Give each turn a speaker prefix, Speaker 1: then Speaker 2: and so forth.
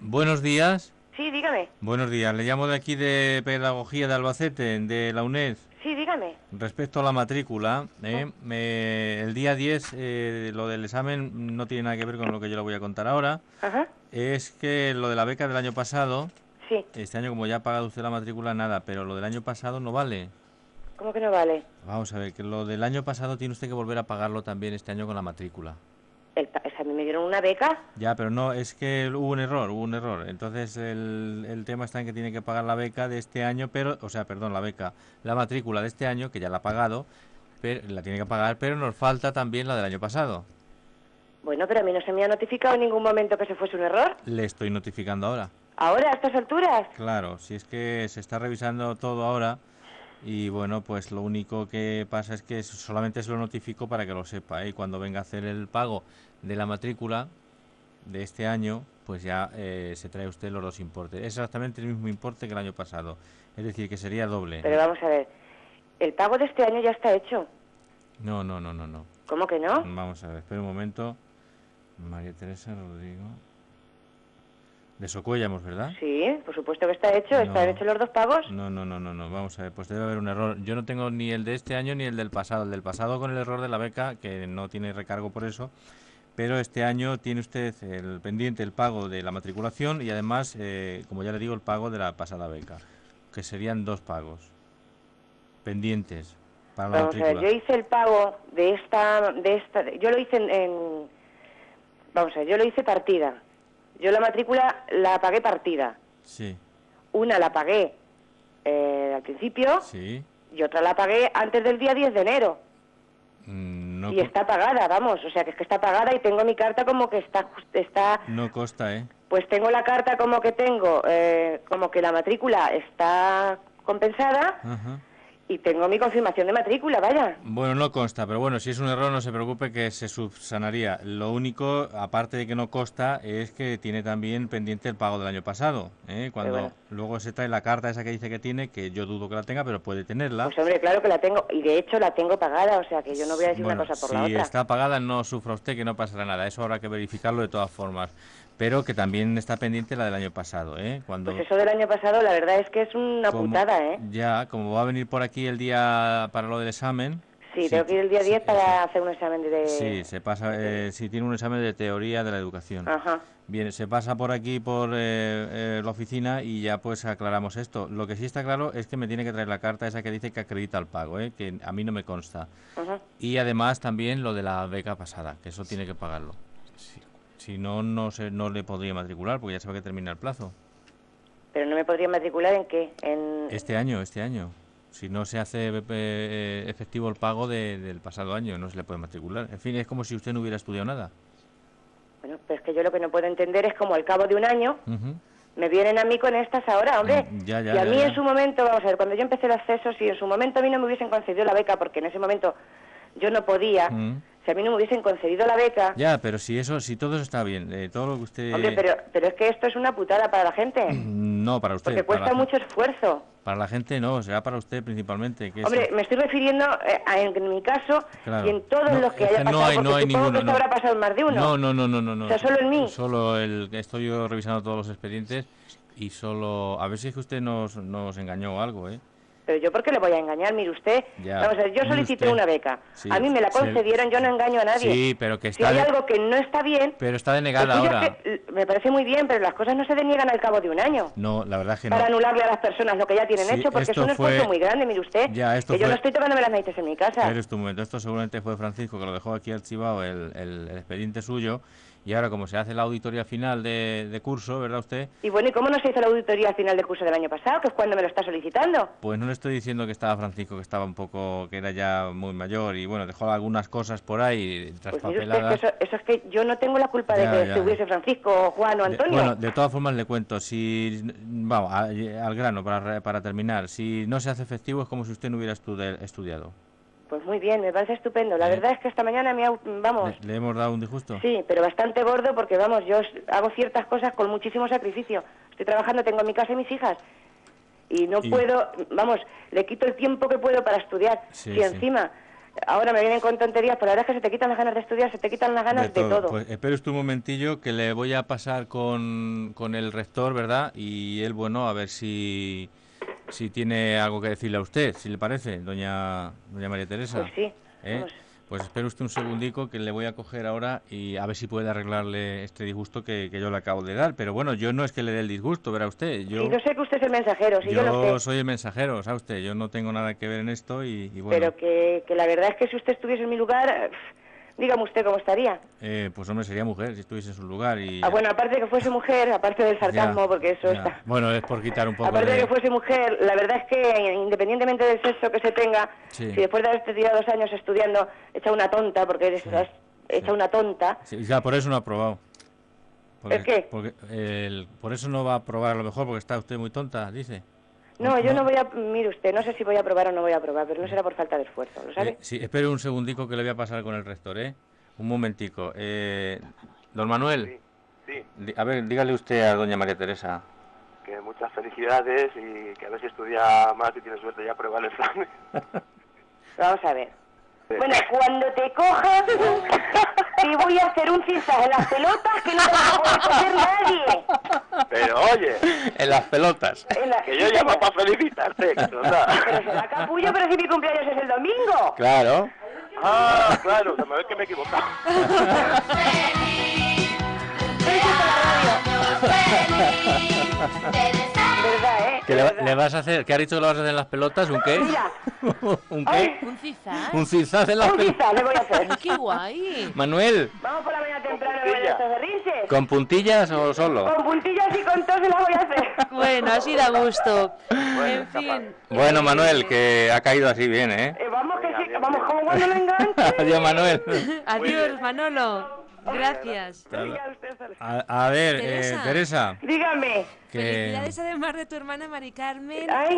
Speaker 1: Buenos días.
Speaker 2: Sí, dígame.
Speaker 1: Buenos días. Le llamo de aquí de Pedagogía de Albacete, de la UNED.
Speaker 2: Sí, dígame.
Speaker 1: Respecto a la matrícula, ¿eh? Me- el día 10, eh, lo del examen no tiene nada que ver con lo que yo le voy a contar ahora.
Speaker 2: Ajá.
Speaker 1: Es que lo de la beca del año pasado,
Speaker 2: Sí.
Speaker 1: este año como ya ha pagado usted la matrícula, nada, pero lo del año pasado no vale.
Speaker 2: ¿Cómo que no vale?
Speaker 1: Vamos a ver, que lo del año pasado tiene usted que volver a pagarlo también este año con la matrícula.
Speaker 2: El pa- o sea, a mí me dieron una beca.
Speaker 1: Ya, pero no, es que hubo un error, hubo un error. Entonces el, el tema está en que tiene que pagar la beca de este año, pero, o sea, perdón, la beca, la matrícula de este año, que ya la ha pagado, pero, la tiene que pagar, pero nos falta también la del año pasado.
Speaker 2: Bueno, pero a mí no se me ha notificado en ningún momento que se fuese un error.
Speaker 1: Le estoy notificando ahora.
Speaker 2: Ahora, a estas alturas.
Speaker 1: Claro, si es que se está revisando todo ahora y bueno, pues lo único que pasa es que solamente se lo notifico para que lo sepa ¿eh? y cuando venga a hacer el pago de la matrícula de este año, pues ya eh, se trae usted los dos importes. Es exactamente el mismo importe que el año pasado, es decir, que sería doble.
Speaker 2: Pero vamos a ver. El pago de este año ya está hecho.
Speaker 1: No, no, no, no, no.
Speaker 2: ¿Cómo que no?
Speaker 1: Vamos a ver, espera un momento. María Teresa Rodrigo. De Socuellamos, ¿verdad?
Speaker 2: Sí, por supuesto que está hecho.
Speaker 1: No.
Speaker 2: Están hechos los dos pagos.
Speaker 1: No, no, no, no, no. Vamos a ver, pues debe haber un error. Yo no tengo ni el de este año ni el del pasado. El del pasado con el error de la beca, que no tiene recargo por eso. Pero este año tiene usted el pendiente, el pago de la matriculación y además, eh, como ya le digo, el pago de la pasada beca, que serían dos pagos pendientes para la
Speaker 2: Vamos a ver,
Speaker 1: matrícula.
Speaker 2: yo hice el pago de esta, de esta, yo lo hice en, en- vamos a ver, yo lo hice partida. Yo la matrícula la pagué partida.
Speaker 1: Sí,
Speaker 2: Una la pagué eh, al principio
Speaker 1: sí.
Speaker 2: y otra la pagué antes del día 10 de enero.
Speaker 1: Mm, No,
Speaker 2: y
Speaker 1: co-
Speaker 2: está pagada, vamos, o sea, que es que está pagada y tengo mi carta como que está, jus- está
Speaker 1: no consta, ¿eh?
Speaker 2: pues tengo la carta como que tengo, eh, como que la matrícula está compensada
Speaker 1: Ajá.
Speaker 2: y tengo mi confirmación de matrícula, vaya.
Speaker 1: Bueno, no consta, pero bueno, si es un error no se preocupe que se subsanaría. Lo único, aparte de que no consta, es que tiene también pendiente el pago del año pasado. ¿eh? Cuando
Speaker 2: bueno.
Speaker 1: luego se trae la carta esa que dice que tiene, que yo dudo que la tenga, pero puede tenerla.
Speaker 2: Pues hombre, claro que la tengo, y de hecho la tengo pagada, o sea que yo no voy a decir
Speaker 1: Bueno,
Speaker 2: una cosa por
Speaker 1: si
Speaker 2: la otra.
Speaker 1: está pagada no sufra usted que no pasará nada. Eso habrá que verificarlo de todas formas. Pero que también está pendiente la del año pasado. ¿eh? Cuando
Speaker 2: Pues eso del año pasado, la verdad es que es una
Speaker 1: como-
Speaker 2: putada, ¿eh?
Speaker 1: Ya, como va a venir por aquí el día para lo del examen.
Speaker 2: Sí,
Speaker 1: si-
Speaker 2: tengo que ir el día
Speaker 1: si-
Speaker 2: 10 para hacer un examen de...
Speaker 1: Sí, se pasa, eh, sí, tiene un examen de teoría de la educación.
Speaker 2: Ajá.
Speaker 1: Bien, se pasa por aquí, por eh, eh, la oficina y ya pues aclaramos esto. Lo que sí está claro es que me tiene que traer la carta esa que dice que acredita el pago, ¿eh? que a mí no me consta.
Speaker 2: Ajá.
Speaker 1: Y además también lo de la beca pasada, que eso tiene que pagarlo. Si, si no, no, se, no le podría matricular porque ya sabe que termina el plazo.
Speaker 2: Pero no me podría matricular en qué, en...
Speaker 1: Este año, este año. Si no se hace eh, efectivo el pago de- del pasado año, no se le puede matricular. En fin, es como si usted no hubiera estudiado nada.
Speaker 2: Bueno, pues que yo lo que no puedo entender es como al cabo de un año
Speaker 1: Ujú.
Speaker 2: me vienen a mí con estas ahora, hombre.
Speaker 1: Mm, ya, ya,
Speaker 2: y a
Speaker 1: ya,
Speaker 2: mí
Speaker 1: ya.
Speaker 2: en su momento, vamos a ver, cuando yo empecé el acceso, si en su momento a mí no me hubiesen concedido la beca, porque en ese momento yo no podía,
Speaker 1: Mm.
Speaker 2: si a mí no me hubiesen concedido la beca...
Speaker 1: Ya, pero si eso, si todo eso está bien, eh, todo lo que usted...
Speaker 2: Hombre, pero, pero es que esto es una putada para la gente,
Speaker 1: No, para usted.
Speaker 2: porque cuesta
Speaker 1: para,
Speaker 2: mucho esfuerzo.
Speaker 1: para la gente no, será para usted principalmente. Que es-
Speaker 2: Hombre, me estoy refiriendo eh, a- en mi caso
Speaker 1: Claro.
Speaker 2: y en todos
Speaker 1: No,
Speaker 2: los que
Speaker 1: es
Speaker 2: haya
Speaker 1: que
Speaker 2: pasado,
Speaker 1: no hay,
Speaker 2: porque
Speaker 1: no hay
Speaker 2: supongo
Speaker 1: ninguno,
Speaker 2: que esto
Speaker 1: no.
Speaker 2: habrá pasado en más de uno.
Speaker 1: No, no, no, no, no. no.
Speaker 2: O sea, solo en mí.
Speaker 1: Solo el que estoy yo revisando todos los expedientes y solo... A ver si es que usted nos, nos engañó o algo, ¿eh?
Speaker 2: Pero yo, ¿por qué le voy a engañar? Mire usted,
Speaker 1: Ya,
Speaker 2: vamos a ver, yo
Speaker 1: mire
Speaker 2: solicité
Speaker 1: usted.
Speaker 2: una beca.
Speaker 1: Sí,
Speaker 2: a mí me la
Speaker 1: se-
Speaker 2: concedieron, yo no engaño a nadie.
Speaker 1: Sí, pero que
Speaker 2: si
Speaker 1: está...
Speaker 2: hay
Speaker 1: de-
Speaker 2: algo que no está bien,
Speaker 1: Pero está
Speaker 2: pues
Speaker 1: denegada
Speaker 2: fíjate,
Speaker 1: ahora.
Speaker 2: l- me parece muy bien, pero las cosas no se deniegan al cabo de un año.
Speaker 1: No, la verdad es que no.
Speaker 2: Para anularle a las personas lo que ya tienen
Speaker 1: Sí,
Speaker 2: hecho, porque es
Speaker 1: esto
Speaker 2: un esfuerzo
Speaker 1: fue-
Speaker 2: muy grande, mire usted.
Speaker 1: Ya, esto
Speaker 2: que yo
Speaker 1: fue-
Speaker 2: no estoy tocándome las narices en mi casa.
Speaker 1: Pero un momento, esto seguramente fue Francisco que lo dejó aquí archivado el, el- el expediente suyo y ahora como se hace la auditoría final de, de curso, ¿verdad usted?
Speaker 2: Y bueno, ¿y cómo no se hizo la auditoría al final del curso del año pasado, que es cuando me lo está solicitando?
Speaker 1: Pues no le estoy diciendo que estaba Francisco, que estaba un poco, que era ya muy mayor y bueno, dejó algunas cosas por ahí
Speaker 2: Pues mire usted, que
Speaker 1: traspapeladas.
Speaker 2: eso, eso es que yo no tengo la culpa
Speaker 1: Ya,
Speaker 2: de que
Speaker 1: ya.
Speaker 2: estuviese Francisco, o Juan o
Speaker 1: De-
Speaker 2: Antonio.
Speaker 1: bueno, de todas formas le cuento, si, vamos, a- al grano para, re- para terminar, si no se hace efectivo es como si usted no hubiera estude- estudiado.
Speaker 2: Pues muy bien, me parece estupendo. La
Speaker 1: Eh.
Speaker 2: verdad es que esta mañana me ha... Vamos,
Speaker 1: ¿Le, le hemos dado un disgusto?
Speaker 2: sí, pero bastante gordo porque, vamos, yo s- hago ciertas cosas con muchísimo sacrificio. Estoy trabajando, tengo mi casa y mis hijas. Y no
Speaker 1: Y-
Speaker 2: puedo, vamos, le quito el tiempo que puedo para estudiar.
Speaker 1: Sí,
Speaker 2: si
Speaker 1: sí.
Speaker 2: encima Ahora me vienen con tonterías, pero la verdad es que se te quitan las ganas de estudiar, se te quitan las ganas de todo.
Speaker 1: Pues espere usted un momentillo que le voy a pasar con, con el rector, ¿verdad? Y él, bueno, a ver si, si tiene algo que decirle a usted, si le parece, doña, doña María Teresa.
Speaker 2: Pues sí,
Speaker 1: ¿Eh?
Speaker 2: vamos.
Speaker 1: Pues espere usted un segundico que le voy a coger ahora y a ver si puede arreglarle este disgusto que, que yo le acabo de dar. Pero bueno, yo no es que le dé el disgusto, verá usted. Yo,
Speaker 2: Y yo sé que usted es el mensajero, sí, yo, lo sé.
Speaker 1: yo soy el mensajero, ¿sabe usted? Yo no tengo nada que ver en esto y, y bueno.
Speaker 2: Pero que, que la verdad es que si usted estuviese en mi lugar, pf, dígame usted cómo estaría.
Speaker 1: Eh, pues hombre, sería mujer si estuviese en su lugar y...
Speaker 2: Ah, bueno, aparte de que fuese mujer, aparte del
Speaker 1: ya,
Speaker 2: sarcasmo, porque eso
Speaker 1: ya.
Speaker 2: está.
Speaker 1: Bueno, es por quitar un poco
Speaker 2: Aparte de
Speaker 1: de...
Speaker 2: que fuese mujer, la verdad es que independientemente del sexo que se tenga,
Speaker 1: Sí.
Speaker 2: si después de haberte tirado dos años estudiando, hecha una tonta, porque eres has- hecha una tonta,
Speaker 1: Sí, ya, por eso no ha aprobado.
Speaker 2: ¿El qué?
Speaker 1: Porque, el- por eso no va a aprobar a lo mejor, porque está usted muy tonta, dice.
Speaker 2: No, yo no voy a. Mire usted, no sé si voy a probar o no voy a probar, pero no será por falta de esfuerzo, ¿lo sabe?
Speaker 1: Eh, sí, espere un segundico que le voy a pasar con el rector, ¿eh? Un momentico. Eh, don Manuel,
Speaker 3: Sí,
Speaker 1: di- a ver, dígale usted a doña María Teresa.
Speaker 3: que muchas felicidades y que a ver si estudia más y tiene suerte ya prueba el examen.
Speaker 2: Vamos a ver. Bueno, cuando te cojas, te voy a hacer un cinzaje en las pelotas que no te va a poder coger nadie.
Speaker 3: Pero oye,
Speaker 1: En las pelotas.
Speaker 2: En la-
Speaker 3: que yo llamo para felicitarte, ¿eh? que tonta.
Speaker 2: Pero será capullo, pero si mi cumpleaños es el domingo.
Speaker 1: Claro.
Speaker 3: Ah, claro, la vez que me he equivocado.
Speaker 2: ¿Verdad, eh?
Speaker 1: ¿Que le, va-
Speaker 2: ¿Verdad?
Speaker 1: le vas a hacer? ¿Qué ha dicho que le vas a hacer en las pelotas? ¿Un qué?
Speaker 2: Mira.
Speaker 1: ¿Un
Speaker 2: Ay,
Speaker 1: qué?
Speaker 4: Un cizá.
Speaker 1: Un zigzag en las
Speaker 2: un
Speaker 1: pelotas.
Speaker 2: cinzaje le voy a hacer.
Speaker 4: ¡Qué guay!
Speaker 1: Manuel,
Speaker 2: Vamos por la mañana temprano a
Speaker 3: puntilla.
Speaker 2: ver estos berrinches.
Speaker 1: ¿con puntillas o solo?
Speaker 2: Con puntillas y con tos se las voy a hacer.
Speaker 4: Bueno, así da gusto.
Speaker 3: Bueno,
Speaker 4: en fin.
Speaker 1: Bueno, Manuel, que ha caído así bien, ¿eh?
Speaker 2: Eh, vamos que sí,
Speaker 3: Venga, bien,
Speaker 2: vamos
Speaker 3: bien.
Speaker 2: como cuando lo enganche.
Speaker 1: Adiós, Manuel.
Speaker 4: Adiós, Manolo. Gracias.
Speaker 2: Diga usted,
Speaker 1: A, a ver, eh,
Speaker 4: Teresa.
Speaker 1: Teresa,
Speaker 2: Dígame.
Speaker 1: que...
Speaker 4: Felicidades además de tu hermana Mari Carmen.
Speaker 2: Ay,